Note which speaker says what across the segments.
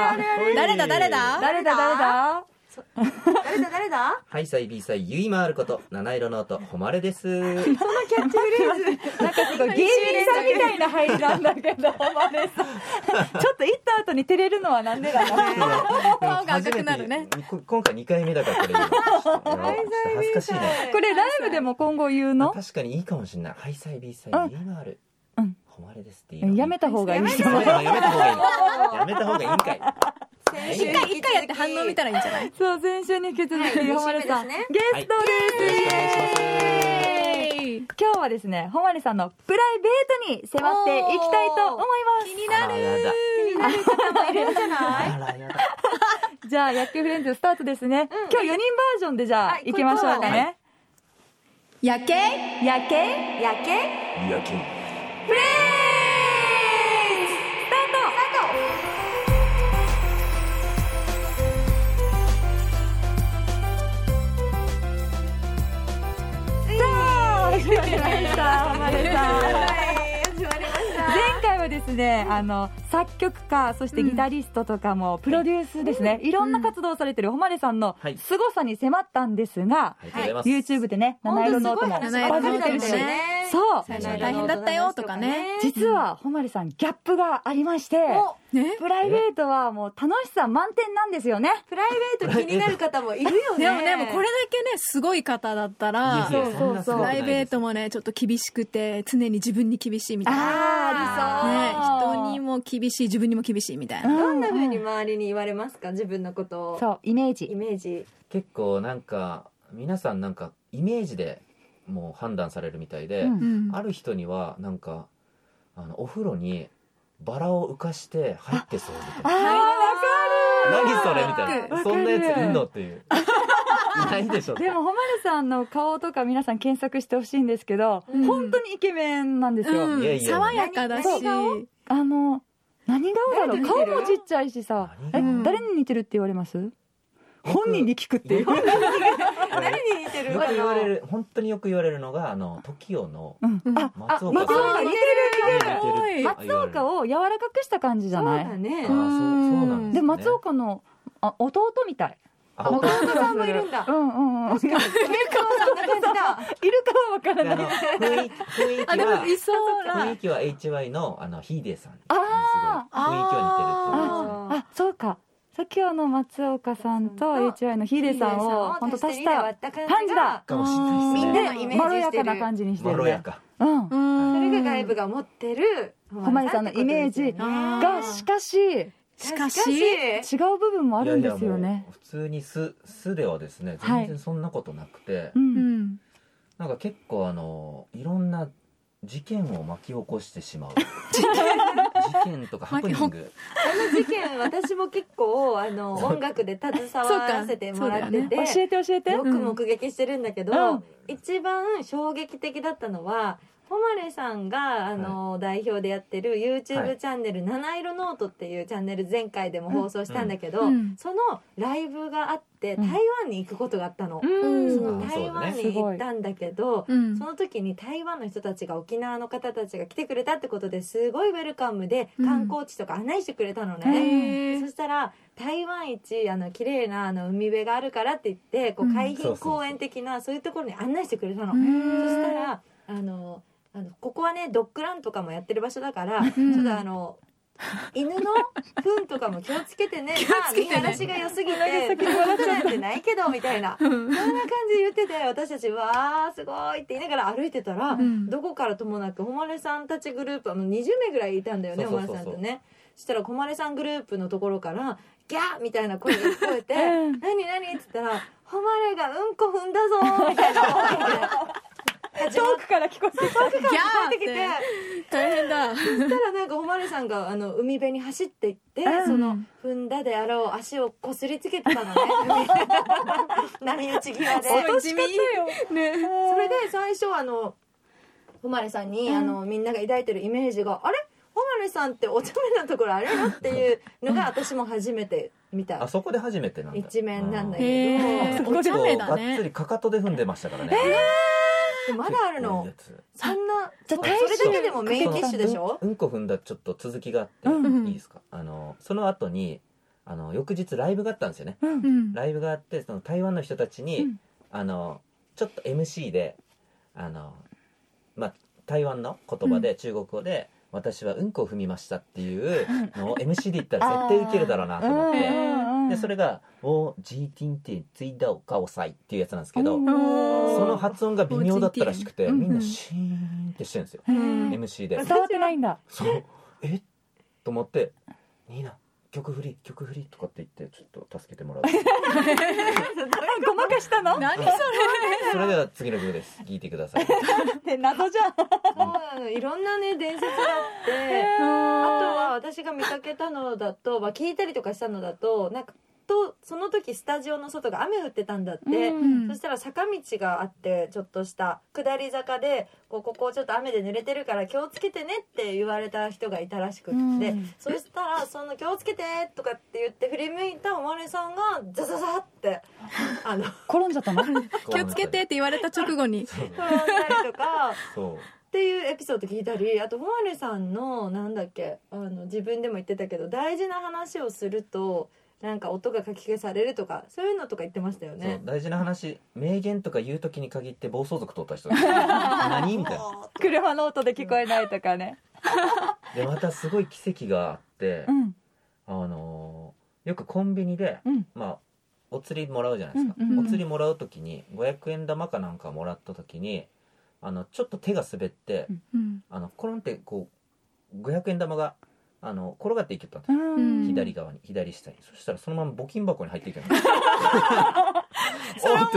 Speaker 1: 誰だ誰だ
Speaker 2: 誰
Speaker 3: 誰だ誰だ
Speaker 2: だ誰だ
Speaker 4: ハイサイ B サイゆいまーること七色ノート誉れです。
Speaker 2: キャッチフレーズ
Speaker 1: なんかすごい芸人さんみたいな入りなんだけどマネさんちょっと行った後に照れるのはなんでだろう
Speaker 3: 顔が赤くなるね
Speaker 4: 初めてこ今回二回目だからこ れ言うの。ちょっと恥ずかしいね。
Speaker 1: これライブでも今後言う
Speaker 4: あ
Speaker 1: の
Speaker 4: 確かにいいかもしれない。ハイサイ B サイゆいまーる
Speaker 1: うん。
Speaker 4: 誉れですっていうの。
Speaker 1: やめた方がいいと
Speaker 4: や
Speaker 1: 思
Speaker 4: め
Speaker 1: う
Speaker 4: た方がいい。やめた方がいいん かい。
Speaker 2: 先
Speaker 3: 一回一回やって反応見たらいいんじゃない
Speaker 1: そう先週に引き続き誉れさん
Speaker 2: はい嬉しい
Speaker 1: ゲ
Speaker 4: はい
Speaker 1: ストですイエーイ今日はですね誉れさんのプライベートに迫っていきたいと思います
Speaker 4: あらやだ。
Speaker 2: いるんじゃない
Speaker 4: あらやだ。
Speaker 1: じゃあ野球フレンズスタートですね、今日4人バージョンでじゃあ
Speaker 2: はい
Speaker 1: 行きましょうかね、
Speaker 3: 夜景
Speaker 1: 夜景
Speaker 2: やけ
Speaker 4: 夜景。
Speaker 1: プレイズスタートさあ始まりました誉れさん
Speaker 2: はい始まりました
Speaker 1: 前回はですね、あの作曲家そしてギタリストとかも、プロデュースですね、いろんな活動をされてる誉さんの
Speaker 4: はい
Speaker 1: 凄さに迫ったですが、
Speaker 4: ありがとうございます。
Speaker 1: YouTube でね七色の音も
Speaker 2: 本当
Speaker 3: 話
Speaker 2: すご
Speaker 1: バ
Speaker 2: い
Speaker 3: ばっ
Speaker 1: ズって
Speaker 3: かりだよ
Speaker 1: るし、
Speaker 3: ね
Speaker 1: そう
Speaker 4: 最初
Speaker 3: 大変だったよとかね
Speaker 1: 実は誉さんギャップがありまして
Speaker 2: お
Speaker 3: ね
Speaker 1: プライベートはもう楽しさ満点なんですよね
Speaker 2: プライベート気になる方もいるよね
Speaker 3: でもねもうこれだけねすごい方だったら
Speaker 4: いやいや
Speaker 1: そう
Speaker 4: そんなす
Speaker 1: そう
Speaker 4: ご
Speaker 3: プ
Speaker 4: くな
Speaker 3: ラ
Speaker 4: い
Speaker 3: イ
Speaker 4: です
Speaker 3: ベートもねちょっと厳しくて常に自分に厳しいみたいなね
Speaker 1: あーありそう
Speaker 3: 人にも厳しい自分にも厳しいみたいな
Speaker 2: どんな風に周りに言われますか自分のことを
Speaker 1: そうイメー
Speaker 2: イ
Speaker 1: ジ
Speaker 2: メージ
Speaker 4: 結構なんか皆さんなんかイメージでもう判断されるみたいで、
Speaker 1: うん
Speaker 3: うん
Speaker 4: ある人にはなんかあのお風呂にバラを浮かして入ってそうみたい
Speaker 1: あ
Speaker 4: な
Speaker 1: あわかる
Speaker 4: 何それみたい
Speaker 1: わかる
Speaker 4: なそんなやついんのっていういないでしょ
Speaker 1: でも、誉さんの顔とか皆さん検索してほしいんですけど、
Speaker 2: うん
Speaker 1: 本当にイケメンなんですよ。
Speaker 3: うん
Speaker 4: いやいや
Speaker 3: 爽やかだし
Speaker 2: 何
Speaker 1: あの、何顔だろう
Speaker 2: 誰と似て
Speaker 1: 顔
Speaker 2: る
Speaker 1: もちっちゃいしさ。え、
Speaker 4: 何
Speaker 3: が
Speaker 1: 誰に似てるって言われます本人に聞くっていう。
Speaker 2: 誰に似てる
Speaker 4: よく言われる本当によく言われるのがあの TOKIO の
Speaker 1: うん
Speaker 3: うん
Speaker 1: あ、あ、
Speaker 4: 松岡
Speaker 1: 松岡似てる似てる。
Speaker 3: すごい
Speaker 1: 松岡
Speaker 4: を
Speaker 1: を柔らかくした感じじゃ
Speaker 2: そう
Speaker 1: な
Speaker 2: だ
Speaker 1: い
Speaker 4: あ
Speaker 2: ね
Speaker 4: そうそうなんです、ね、
Speaker 1: で、松岡の、あ、弟みたい。
Speaker 4: あ
Speaker 2: 岡さんもいるんだ
Speaker 1: うんうんうん。いる
Speaker 2: そんな感じだ
Speaker 1: かはわから
Speaker 4: であ
Speaker 1: ない。
Speaker 4: の雰囲雰囲
Speaker 3: あ
Speaker 4: 気
Speaker 3: でも
Speaker 4: はい
Speaker 3: そう
Speaker 4: 雰
Speaker 3: な
Speaker 4: 囲気は HY のあのヒーデーさんにすごい
Speaker 1: あ
Speaker 4: 雰囲気は似てるってことですね
Speaker 1: あ、そうか。さっきはあの松岡さんと
Speaker 2: そう
Speaker 1: HY のヒデさんを本当足した感
Speaker 2: 感
Speaker 1: じだ
Speaker 2: じだ
Speaker 4: かもしれないです
Speaker 2: み
Speaker 4: ね
Speaker 2: んなのイメ
Speaker 1: まろ
Speaker 2: ージ
Speaker 1: や
Speaker 2: して
Speaker 1: か
Speaker 2: る
Speaker 1: な感じにして
Speaker 4: ま
Speaker 1: る
Speaker 4: ろや
Speaker 1: ね。
Speaker 4: か
Speaker 1: うん。
Speaker 3: うん
Speaker 2: それが外部が持ってる
Speaker 1: 誉さんのイメージ
Speaker 2: ってことですよね
Speaker 1: がしかし違
Speaker 3: しかし
Speaker 2: しかし
Speaker 1: う部分もあるんですよ
Speaker 4: いやいや
Speaker 1: ね
Speaker 4: も。う普通に素素ではですね
Speaker 1: はい
Speaker 4: 全然そんなことなくて、
Speaker 1: う。
Speaker 3: うんん
Speaker 4: なんか結構あのいろんな事件を巻き起こしてしまう事件とかハプニング
Speaker 2: あの事件私も結構あの
Speaker 4: そう
Speaker 2: 音楽で携わらせてもらってて、
Speaker 1: 教えて教えて
Speaker 2: よ。く目撃してるんだけど、
Speaker 1: うん
Speaker 2: 一番衝撃的だったのは誉さんがあの、代表でやってる YouTube チャンネル「七色ノート」っていうチャンネル前回でも放送したんだけど、
Speaker 3: うんうん
Speaker 2: そのライブがあって
Speaker 1: うん
Speaker 2: 台湾に行くことがあったの。
Speaker 1: うん
Speaker 2: その台湾に行ったんだけど、
Speaker 3: うん
Speaker 2: その時に台湾の人たちが沖縄の方たちが来てくれたってことですごいウェルカムで
Speaker 3: うん
Speaker 2: 観光地とか案内してくれたのね。
Speaker 3: へー
Speaker 2: そしたら台湾一あの綺麗なあの海辺があるからって言ってこ
Speaker 3: う
Speaker 2: うん海浜公園的なそういうところに案内してくれたの、
Speaker 3: う
Speaker 2: そ
Speaker 3: ん
Speaker 2: したらあのあのここはねドッグランとかもやってる場所だから、
Speaker 3: ん
Speaker 2: ちょっとあの犬の糞とかも気をつけてね
Speaker 3: つけてね
Speaker 2: まあ見晴らしが良すぎて見ることなんてないけどみたいな。
Speaker 3: うん
Speaker 2: そんな感じで言ってて私たち「わーすごい」って言いながら歩いてたら、
Speaker 3: ん
Speaker 2: どこからともなく誉さんたちグループあの20名ぐらいいたんだよね
Speaker 4: そうそう
Speaker 2: 誉
Speaker 4: そうそ
Speaker 2: さ
Speaker 4: う
Speaker 2: んとねそしたら誉さんグループのところから「ギャー!」みたいな声が聞こえて
Speaker 1: うん
Speaker 2: 「何何?」って言ったら「誉がうんこ踏んだぞー」みたいな声で
Speaker 1: 遠くから聞こえてきた。
Speaker 3: ギャーっ
Speaker 2: 出てきて
Speaker 3: て大変だ
Speaker 2: そしたらなんか誉さんがあの海辺に走っていって、
Speaker 1: うん
Speaker 2: その踏んだであろう足をこすりつけてたのね波打ち際で。
Speaker 3: すごい
Speaker 1: 地味よ。
Speaker 3: ね
Speaker 2: それで最初あの誉さんに、あのみんなが抱いてるイメージがあれ誉さんってお茶目なところあれなっていうのが私も初めて見
Speaker 4: あ
Speaker 2: た
Speaker 4: そこで初めてなんだ
Speaker 2: 一面なんだ
Speaker 4: う
Speaker 2: よ
Speaker 3: へー
Speaker 4: ん
Speaker 3: お
Speaker 4: 結
Speaker 3: 茶
Speaker 4: 構
Speaker 3: 目
Speaker 4: が
Speaker 3: だ
Speaker 4: っつ
Speaker 3: ね
Speaker 4: りかかとで踏んでましたからね、
Speaker 2: でまだあるの
Speaker 4: 結構いいやつ
Speaker 2: そんな
Speaker 1: じゃ
Speaker 2: そ
Speaker 1: あ
Speaker 2: そ
Speaker 1: 大
Speaker 2: れ
Speaker 1: 衆
Speaker 2: だけでもメインディッシュでしょ
Speaker 4: うんこ踏んだちょっと続きがあって、
Speaker 1: うん
Speaker 4: いいですかあのその後にあの翌日ライブがあったんですよね、
Speaker 1: うん
Speaker 3: うん
Speaker 4: ライブがあってその台湾の人たちに、
Speaker 3: うん
Speaker 4: あのちょっと MC であの、まあ、台湾の言葉で、中国語で「私はうんこを踏みました」っていうのを MC で言ったら絶対ウケるだろうなと思っ
Speaker 3: あー
Speaker 4: て。
Speaker 1: うん
Speaker 4: でそれが「おジーティンティツイダオカオサイ」っていうやつなんですけど、
Speaker 1: うん
Speaker 4: その発音が微妙だったらしくて、
Speaker 3: うんうん
Speaker 4: みんなシーンってしてるんですよ、
Speaker 1: へ
Speaker 3: うん
Speaker 1: ー
Speaker 4: MC で
Speaker 1: 伝わってないんだ
Speaker 4: そうえと思って「ニーナ曲振り曲振り」とかって言ってちょっと助けてもらう
Speaker 1: えごまかしたの
Speaker 3: 何
Speaker 4: そ それでは次の曲です聴いてく ださい
Speaker 1: ね謎じゃん
Speaker 2: そうなのいろんなね伝説が あってあとは私が見かけたのだと、まあ、聞いたりとかしたのだとなんかとその時スタジオの外が雨降ってたんだって、
Speaker 3: うん
Speaker 2: そしたら坂道があってちょっとした下り坂でこうここちょっと雨で濡れてるから気をつけてねって言われた人がいたらしくって、
Speaker 1: うん
Speaker 2: そしたらその気をつけてとかって言って振り向いたおまれさんがザザザってあの
Speaker 1: 転んじゃったの
Speaker 3: 気をつけてって言われた直後に
Speaker 4: そう
Speaker 2: 転んだりとか。
Speaker 4: そう
Speaker 2: っていうエピソード聞いたりあとホマレさんのなんだっけあの自分でも言ってたけど大事な話をするとなんか音がかき消されるとかそういうのとか言ってましたよ
Speaker 4: そう
Speaker 2: ね。
Speaker 4: 大事な話名言とか言う時に限って暴走族通った人 です何みたいな
Speaker 1: 車の音で聞こえないとかね
Speaker 4: でまたすごい奇跡があって
Speaker 1: う、ん
Speaker 4: あのーよくコンビニで、
Speaker 1: うん
Speaker 4: まあお釣りもらうじゃないですか、
Speaker 1: うんうん
Speaker 3: うん
Speaker 4: お釣りもらう時に500円玉かなんかもらった時にあのちょっと手が滑って、
Speaker 1: うん
Speaker 3: うん
Speaker 4: あのコロンってこう500円玉があの転がっていけたんです
Speaker 1: う
Speaker 4: よ、
Speaker 3: うん
Speaker 1: ん
Speaker 4: 左側に左下にそしたらそのまま募金箱に入っていけたんです
Speaker 3: それ面
Speaker 4: おーってなって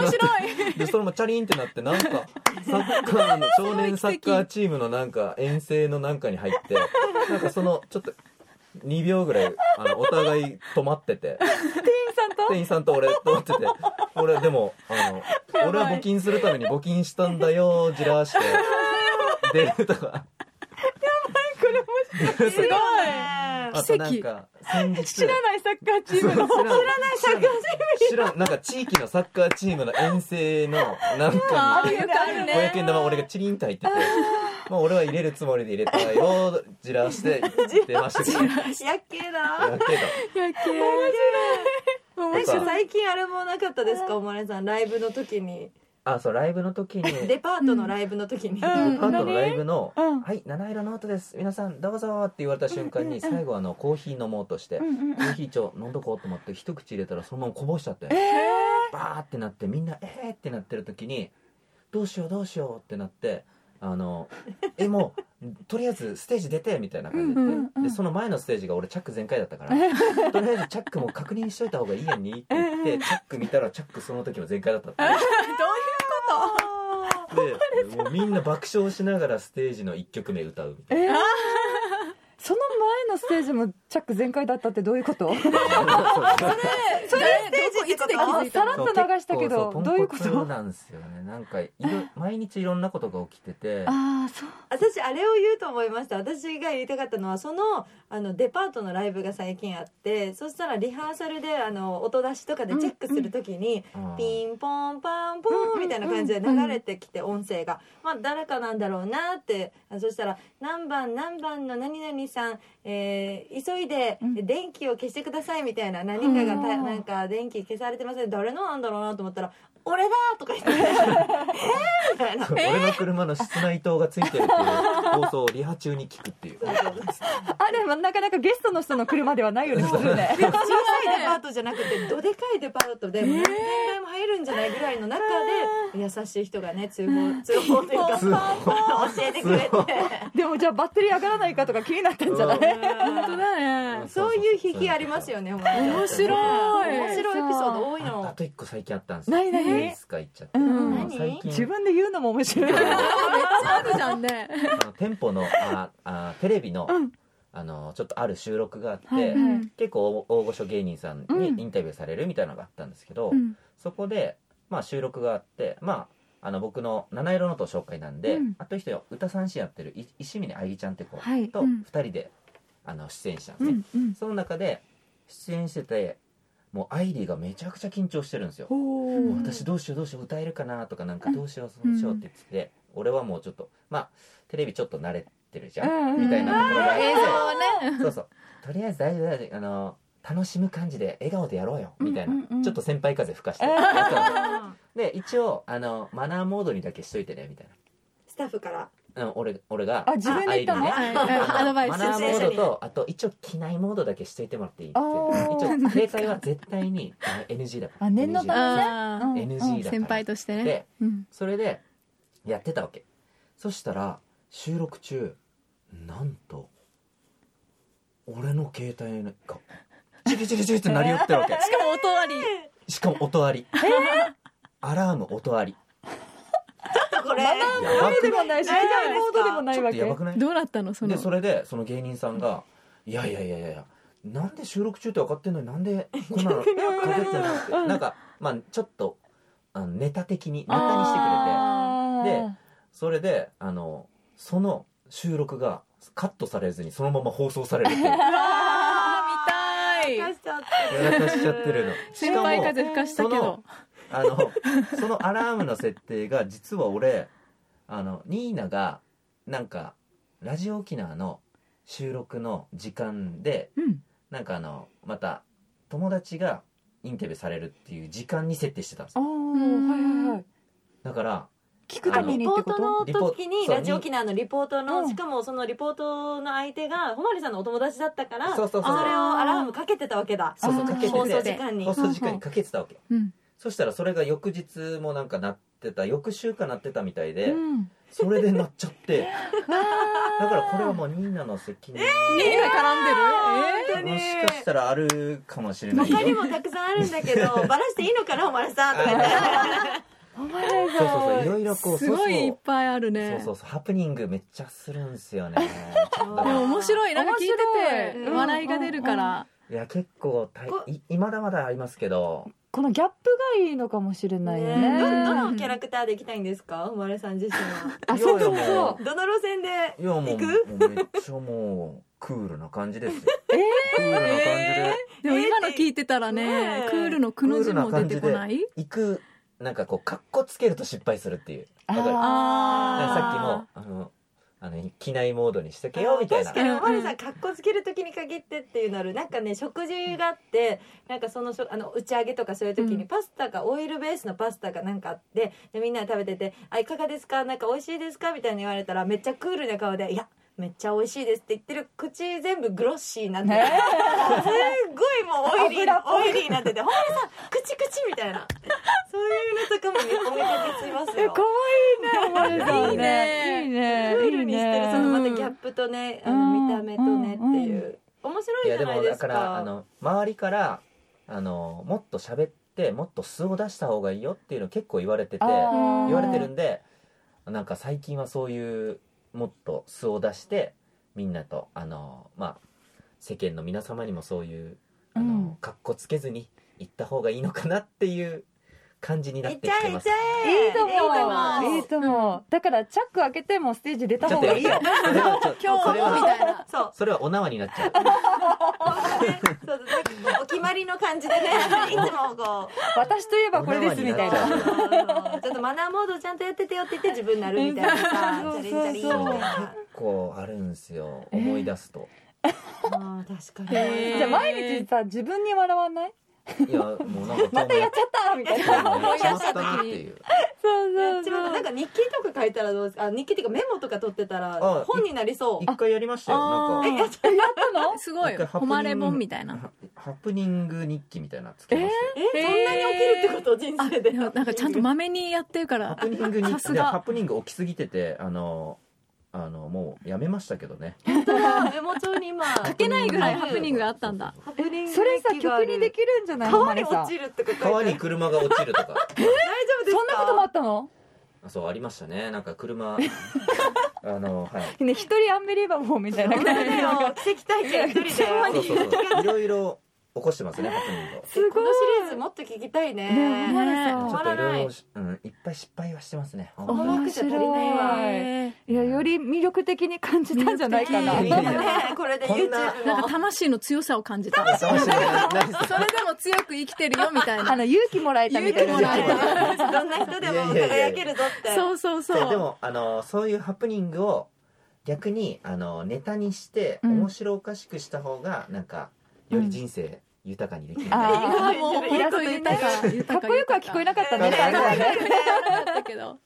Speaker 3: 白い
Speaker 4: でそれもチャリンってなってなんかサッカーの少年サッカーチームのなんか遠征のなんかに入ってなんかそのちょっと2秒ぐらいあのお互い止まってて
Speaker 1: 店員さんと
Speaker 4: 店員さんと俺止まってて俺でもあの俺は募金するために募金したんだよじらして出るとかやばいこれ面白い
Speaker 3: すごい
Speaker 4: あとなんか先日
Speaker 1: 知らないサッカーチームの
Speaker 4: そう知らないサッカーチーム知らんなんか地域のサッカーチームの遠征のなん
Speaker 3: あ
Speaker 4: か
Speaker 3: ー
Speaker 4: に
Speaker 3: よくあるね
Speaker 4: 500円玉俺がチリンと入っててまあ俺は入れるつもりで入れたよじらして出ましたけどや
Speaker 2: やっけーな
Speaker 4: っけ
Speaker 3: やけ
Speaker 2: なん
Speaker 3: 面
Speaker 2: か
Speaker 3: 白い
Speaker 2: 最近あれもなかったですかおまれさんライブの時に
Speaker 4: たあそうライブの時に
Speaker 2: デパートのライブの時に、
Speaker 1: う
Speaker 4: パ
Speaker 1: ん
Speaker 4: ートのライブの「
Speaker 1: うん
Speaker 4: はい七色の音です皆さんどうぞ」って言われた瞬間に最後あのコーヒー飲もうとし
Speaker 1: う
Speaker 4: てコ
Speaker 1: んうん
Speaker 4: ーヒーちょ飲んどこうと思って一口入れたらそのままこぼしちゃって
Speaker 1: え
Speaker 4: バーってなってみんな「えー!」ってなってる時に「どうしようどうしよう」ってなってあの「えもうとりあえずステージ出て」みたいな感じで,、
Speaker 3: うん
Speaker 1: うんうん
Speaker 4: でその前のステージが俺チャック全開だったから「とりあえずチャックも確認しといた方がいいやに」って言って、チャック見たらチャックその時も全開だった ってでもうみんな爆笑しながらステージの1曲目歌う みたい
Speaker 1: えーその前のステージもチャック全開だったってどういうこと
Speaker 4: な。
Speaker 3: それどこいつで気づい
Speaker 1: さ
Speaker 3: たの
Speaker 1: らっと流したけど
Speaker 4: そう結構そ
Speaker 1: どういうこと
Speaker 4: ポンコツなんですよねなんかい ろ毎日いろんなことが起きてて
Speaker 1: ああそう
Speaker 2: 私あれを言うと思いました私が言いたかったのはそのあのデパートのライブが最近あってそしたらリハーサルであの音出しとかでチェックする時に、
Speaker 4: うん
Speaker 2: ピンポンパンポンみたいな感じで流れてきて音声が、まあ誰かなんだろうなってあそしたら何番何番の何々さん、えー急いで
Speaker 1: うん
Speaker 2: 電気を消してくださいみたいな何かがた
Speaker 1: うん
Speaker 2: なんか電気消されてません誰のなんだろうなと思ったら俺だ とか言ってえーみたいな。
Speaker 4: 俺の車の室内灯がついてるっていう放送をリハ中に聞くっていう
Speaker 1: あれはなかなかゲストの人の車ではないよねする ね
Speaker 2: 小さいデパートじゃなくてどでかいデパートでもう何千台も入るんじゃないぐらいの中で優しい人がね通報通報というか
Speaker 4: 通報
Speaker 2: 教えてくれて
Speaker 1: でもじゃあバッテリー上がらないかとか気になってんじゃない
Speaker 3: 本当だね
Speaker 2: そういう引きありますよね、お前
Speaker 3: 面白い
Speaker 2: 面白いエピソード多い
Speaker 4: あ
Speaker 2: の
Speaker 4: あ。と一個最近あったんです
Speaker 1: 何何
Speaker 4: いいですか言っちゃって、
Speaker 1: うん
Speaker 4: あの最近
Speaker 1: 自分で言うのも面白い
Speaker 3: めっちゃあるじゃんね
Speaker 4: あの店舗のああテレビの,、
Speaker 1: うん
Speaker 4: あのちょっとある収録があって、
Speaker 1: はい
Speaker 3: うん
Speaker 4: 結構大大御所芸人さん
Speaker 1: うん
Speaker 4: にインタビューされるみたいなのがあったんですけど、
Speaker 3: うん
Speaker 4: そこで、まあ、収録があって、まあ、あの僕の七色のと紹介なんで、
Speaker 1: うん
Speaker 4: あと一人歌三振やってるい石峰愛理ちゃんって子
Speaker 1: はい
Speaker 4: と
Speaker 3: うん
Speaker 4: 2人で、あの出演したんですね、
Speaker 1: うん
Speaker 4: その中で出演しててもうアイリーがめちゃくちゃ緊張してるんですよ、
Speaker 1: ほ
Speaker 4: もう
Speaker 1: う
Speaker 4: 私どうしようどうしよう歌えるかなとかなんかどうしようどうしようって言ってて、俺はもうちょっとまあテレビちょっと慣れてるじゃん、
Speaker 1: うん
Speaker 4: みたいなところがあって、
Speaker 3: 映像をね
Speaker 4: そうそうとりあえず大丈夫大丈夫あの楽しむ感じで笑顔でやろうよみたいな、
Speaker 1: うんうんうん
Speaker 4: ちょっと先輩風吹かして、
Speaker 1: うん
Speaker 4: やったので一応あのマナーモードにだけしといてねみたい
Speaker 2: スタッフから
Speaker 4: な、うん、俺俺が
Speaker 1: あ自分で言ったの
Speaker 4: ああい
Speaker 3: はいはいアドバイス
Speaker 4: マナーモード
Speaker 2: 先生
Speaker 4: とあと一応機内モードだけしといてもらっていいって一
Speaker 1: おー
Speaker 4: 応正解は絶対にあの NG だから
Speaker 1: あ念のため
Speaker 4: NG
Speaker 3: あー
Speaker 1: うん
Speaker 4: NG だから
Speaker 3: 先輩としてね
Speaker 4: で
Speaker 3: うん
Speaker 4: それでやってたわけそしたら収録中なんと俺の携帯がチリチリチリって鳴り寄ってるわけ
Speaker 3: しかも音あり
Speaker 4: しかも音ありアラーム音あり
Speaker 2: これ
Speaker 4: やば
Speaker 1: で
Speaker 4: く
Speaker 1: もないし、機
Speaker 2: ね
Speaker 1: 内モードでもな
Speaker 4: ないいちょ
Speaker 1: わ
Speaker 4: っ
Speaker 1: け。
Speaker 4: とやばくない
Speaker 3: どうなったのその
Speaker 4: でそれでその芸人さんが「いやいやいやいやいやなんで収録中って分かってんのになんでこんな のかけてんの?」ってなんかまあちょっとあのネタ的にネタにしてくれて
Speaker 1: あー
Speaker 4: でそれであのその収録がカットされずにそのまま放送されるっていう
Speaker 3: あー見たい
Speaker 2: 貸しちゃってる
Speaker 4: やらかしちゃってるのし
Speaker 3: 先
Speaker 4: か
Speaker 3: 輩
Speaker 4: も
Speaker 3: 風吹かしたけど
Speaker 4: あのそのアラームの設定が実は俺あのニーナがなんかラジオ沖縄の収録の時間で
Speaker 1: うん。
Speaker 4: なんかあのまた友達がインタビューされるっていう時間に設定してたんです
Speaker 1: あ
Speaker 4: よ
Speaker 1: ーはいはいはい。
Speaker 4: だから
Speaker 1: 聞く
Speaker 4: く
Speaker 1: た
Speaker 4: ため
Speaker 1: め
Speaker 2: リ
Speaker 1: に
Speaker 2: ポ
Speaker 1: って
Speaker 2: ー
Speaker 1: こ
Speaker 2: ト
Speaker 1: と。
Speaker 2: の時
Speaker 4: リポ
Speaker 2: に
Speaker 4: そう
Speaker 2: ラジオ沖縄のリポート
Speaker 1: う
Speaker 2: の
Speaker 1: ん
Speaker 2: しかもそのリポートの相手が穂丸さんのお友達だったから
Speaker 4: そうそうそう
Speaker 2: れをアラームかけてたわけだ
Speaker 4: そうそう
Speaker 1: あー
Speaker 4: かけて
Speaker 2: 放送
Speaker 4: て
Speaker 2: 時間に
Speaker 4: 放送時間にかけてたわけ
Speaker 3: うん
Speaker 4: そしたらそれが翌日もなんかなってた翌週かなってたみたいで、
Speaker 1: うん。
Speaker 4: それでなっちゃってだからこれ
Speaker 1: も
Speaker 4: はもうニーナの責任、
Speaker 3: ニーナ絡んでる
Speaker 2: 本当に
Speaker 4: もしかしたらあるかもしれない
Speaker 2: 他に
Speaker 4: よ
Speaker 2: もたくさんあるんだ けどバラしていいのかなお前さんとか言って
Speaker 1: う。お前
Speaker 4: そうそうそうい
Speaker 1: が。
Speaker 4: ろいろこう
Speaker 3: すごいいっ
Speaker 4: そう
Speaker 3: ぱいある
Speaker 4: そうそう
Speaker 3: ね
Speaker 4: そうそうハプニングめっちゃするんすよねちょっとだか
Speaker 3: で
Speaker 4: ら
Speaker 3: も面白いなんか聞いて
Speaker 1: 面
Speaker 3: て
Speaker 2: 白い
Speaker 3: 笑いが出るから
Speaker 4: いや結構大
Speaker 2: こ
Speaker 4: いいまだまだありますけど
Speaker 1: このギャップがいいのかもしれない よ
Speaker 2: ねど
Speaker 1: ね。
Speaker 2: どのキャラクターで行きたいんですかお前さん自身 は
Speaker 1: あそうそう
Speaker 4: いやい
Speaker 1: そ
Speaker 4: や
Speaker 1: う。
Speaker 2: どの路線で
Speaker 4: いやもう
Speaker 2: 行く
Speaker 4: もうめっちゃもうクールな感じですよ、クールな感じで
Speaker 3: でも今の聞いてたらね
Speaker 2: ねえ
Speaker 3: クールのくの字も出てこない
Speaker 4: 行くなんかこうかっこつけると失敗するっていうわかるだからさ
Speaker 3: あ
Speaker 4: っきもあのあの機内モードにしとけよみたいな
Speaker 2: 確かに
Speaker 3: うん
Speaker 2: おまるさん格好つける時に限ってっていうのあるなんかね食事があってなんかそのしょあの打ち上げとかそういう時
Speaker 3: う
Speaker 2: にパスタがオイルベースのパスタがなんかあってでみんなで食べてて「あいかがですかなんか美味しいですか?」みたいに言われたらめっちゃクールな顔で「いやめっちゃ美味しいです」って言ってる口全部グロッシーになってて、
Speaker 1: ね
Speaker 2: すっごいもうオイリ
Speaker 1: 油っ
Speaker 2: ーオイリーになってて「ほんまるさん口口」みたいなそういうのとかもめお見かけします
Speaker 1: え
Speaker 2: よ
Speaker 1: 可。愛いね。お前さん
Speaker 4: いい
Speaker 3: ね
Speaker 1: いいね。
Speaker 2: クールにしてるそのま
Speaker 3: う
Speaker 2: た
Speaker 3: ん
Speaker 2: ギャップとね、あ
Speaker 1: うん
Speaker 2: の見た目とねっていう、面白
Speaker 4: い
Speaker 2: い
Speaker 4: や
Speaker 2: じ
Speaker 4: で
Speaker 2: ゃない
Speaker 4: も
Speaker 2: で
Speaker 4: だ
Speaker 2: すか
Speaker 4: からあの周りからあのもっと喋ってもっと素を出した方がいいよっていうの結構言われてて言
Speaker 1: あー
Speaker 4: われてる。んでなんか最近はそういうもっと素を出してみんなとあのまあ世間の皆様にもそういうあの、
Speaker 1: うん
Speaker 4: かっこつけずに行った方がいいのかなっていう感じになっ
Speaker 2: い
Speaker 4: て
Speaker 2: っち
Speaker 4: き
Speaker 2: ゃえ
Speaker 4: て
Speaker 2: いっ
Speaker 4: ま
Speaker 2: ち
Speaker 4: す
Speaker 2: ゃ。え
Speaker 1: いいと思う。い
Speaker 2: いい
Speaker 1: い
Speaker 2: と思う
Speaker 1: と思う。だからチャック開けてもステージ出た方がいいよ。
Speaker 4: でもち
Speaker 3: 今
Speaker 4: ょ
Speaker 3: 日
Speaker 4: それ
Speaker 3: もみ
Speaker 4: は
Speaker 3: たいな
Speaker 2: そう
Speaker 4: それはお縄になっちゃう。
Speaker 2: そうそうなんかこうお決まりの感じでねいつもこう
Speaker 1: 私といえばこれですみたい
Speaker 4: お縄に
Speaker 1: な。
Speaker 4: なっちゃう
Speaker 2: あのちょっとマナーモードちゃんとやっててよって言って自分なるみたいなさチ
Speaker 1: うん
Speaker 2: ャリンチャリンみたいな
Speaker 4: こうあるんすよ
Speaker 1: えー
Speaker 4: 思い出すと、
Speaker 2: あー確かに、
Speaker 3: へー
Speaker 1: じゃあ毎日さ自分に笑わない？
Speaker 4: いやもうなんか
Speaker 1: またやっちゃったみたいな。
Speaker 4: 今日もやっちまったなっていう
Speaker 1: そう
Speaker 2: や
Speaker 1: そ
Speaker 2: っ
Speaker 1: う
Speaker 2: ちまった
Speaker 1: そう。
Speaker 2: なんか日記とか書いたらどうですかあ日記っていうかメモとか取ってたら
Speaker 4: あ
Speaker 2: 本になりそう
Speaker 4: 一回やりましたよなん
Speaker 3: あ
Speaker 4: か
Speaker 3: ー
Speaker 2: やっ
Speaker 3: すごい
Speaker 4: 一回ハプニング
Speaker 3: 誉れ本みたいな
Speaker 4: ハハプニング日記みたいなのつけましたよ、
Speaker 2: えそんなに起きるってこと人生で
Speaker 3: いやなんかちゃんとまめにやってるか
Speaker 4: ハ
Speaker 3: ら
Speaker 4: プニング
Speaker 3: さ
Speaker 4: 日記
Speaker 3: す
Speaker 4: で
Speaker 3: が
Speaker 4: ハプニング起きすぎててあのあのもうやめましたけどね
Speaker 2: メモ帳に今
Speaker 3: 書けないぐらいハプニングがあったんだ
Speaker 2: ハプニング
Speaker 1: それさ
Speaker 2: 日記があ
Speaker 1: 曲
Speaker 2: る
Speaker 1: にできるんじゃない？
Speaker 2: 川
Speaker 1: マ
Speaker 2: に
Speaker 1: ネさん
Speaker 2: 落ちるってこと
Speaker 4: 川に車が落ちるとか
Speaker 2: 大丈夫ですか
Speaker 1: そんなこともあったの？
Speaker 4: あそうありましたねなんか車あのはい
Speaker 1: ね一人アンベリーバボーみたいな
Speaker 2: 本
Speaker 1: 感
Speaker 2: 当
Speaker 1: じで
Speaker 2: だよ奇跡体験一人で
Speaker 4: そうそうそういろいろ起こしてますねハプニングを
Speaker 1: すごい
Speaker 2: このシリーズもっと聞きたいね
Speaker 1: ねえ
Speaker 3: ね
Speaker 4: ちょっといろいろ
Speaker 2: 止、
Speaker 4: うん、いっぱい失敗はしてますね本当に
Speaker 3: 面
Speaker 2: 面
Speaker 3: 白
Speaker 2: 白
Speaker 3: い
Speaker 2: い
Speaker 1: いやより魅力的に感じたんじゃないかな。
Speaker 3: 魅
Speaker 4: 力的
Speaker 2: ねえこれで
Speaker 4: こん
Speaker 2: YouTube
Speaker 4: な
Speaker 3: なんか
Speaker 2: も
Speaker 3: 魂の強さを感じた
Speaker 4: 魂がないです
Speaker 3: それでも強く生きてるよみたい
Speaker 1: あ
Speaker 3: な
Speaker 1: の勇気もらえたみたいな。
Speaker 3: 勇気もらえた
Speaker 2: どんな人でも輝けるぞって
Speaker 3: そうそうそう
Speaker 4: いやでもあのそういうハプニングを逆にあのネタにして
Speaker 1: うん
Speaker 4: 面白おかしくした方がなんかより人生豊かにできる。
Speaker 1: あー
Speaker 3: もう本当に豊か
Speaker 1: かっこよくは聞こえなかったね
Speaker 4: かっこ
Speaker 1: 最後はね
Speaker 4: よくは
Speaker 3: ったけど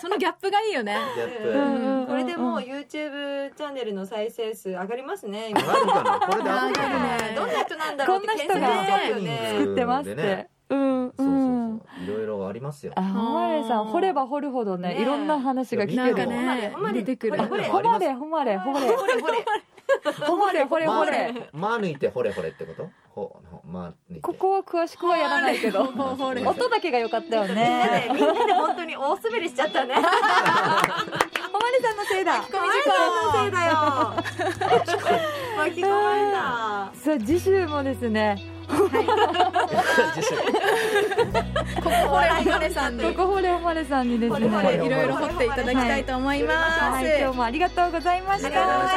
Speaker 3: そのギャップがいいよね
Speaker 4: ギャップ
Speaker 3: うん
Speaker 2: これでもう YouTube チャンネルの再生数上がりますね。今ね
Speaker 4: なるかなこれで合っ
Speaker 3: あー
Speaker 4: てるかな
Speaker 3: いいね
Speaker 2: どんな人なんだろうって検索しちゃうよね。
Speaker 1: 作ってますって
Speaker 4: でね
Speaker 1: うん
Speaker 4: そう
Speaker 1: うん
Speaker 4: そうそういろいろありますよ
Speaker 1: あ誉れさん掘れば掘るほどね
Speaker 2: ね
Speaker 1: いろんな話が聞
Speaker 3: なん
Speaker 1: ける
Speaker 3: か
Speaker 2: ほんまね
Speaker 3: ね
Speaker 2: ほんまね
Speaker 3: 出てくる
Speaker 2: ほんまね
Speaker 1: ほまれほまれほまれ
Speaker 2: ほれほれ。
Speaker 1: ほまれほれほれ
Speaker 4: まあ抜いてほれほれってことほほまあ抜いて
Speaker 1: ここは詳しくはやらないけど
Speaker 3: ほれほれ
Speaker 1: 音だけが良かったよ
Speaker 2: みんな
Speaker 1: ね
Speaker 2: で、みんなで本当に大滑りしちゃったね。
Speaker 1: ほまれさんのせいだ
Speaker 2: 巻き込み事故のせいだよ。巻き込まれた。
Speaker 1: さあ次週もですね
Speaker 4: 自主
Speaker 3: ここほれほれさん
Speaker 1: こ
Speaker 3: に
Speaker 1: こほれほまれさんにです
Speaker 2: こ
Speaker 1: ね
Speaker 2: れ
Speaker 3: こ
Speaker 2: ま
Speaker 3: こ
Speaker 2: で
Speaker 3: でいろいろ掘っていただきたいと思いま
Speaker 1: はい、今日
Speaker 3: す
Speaker 1: もありがとうございました
Speaker 2: ありがとうございまし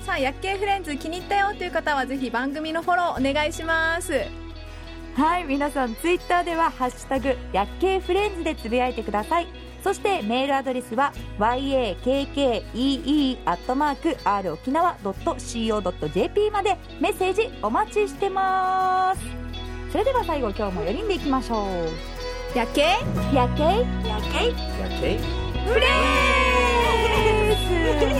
Speaker 2: た
Speaker 3: さあ夜景フレンズ気に入ったよという方はぜひ番組のフォローお願いします
Speaker 1: はい皆さんツイッターでは「ハッシュタグ薬系フレンズ」でつぶやいてくださいそしてメールアドレスは yakkee.rokinawa.co.jp までメッセージお待ちしてますそれでは最後今日も4人でいきましょう
Speaker 3: 夜景
Speaker 1: 夜景
Speaker 2: やけい
Speaker 4: やけい
Speaker 1: フレンズ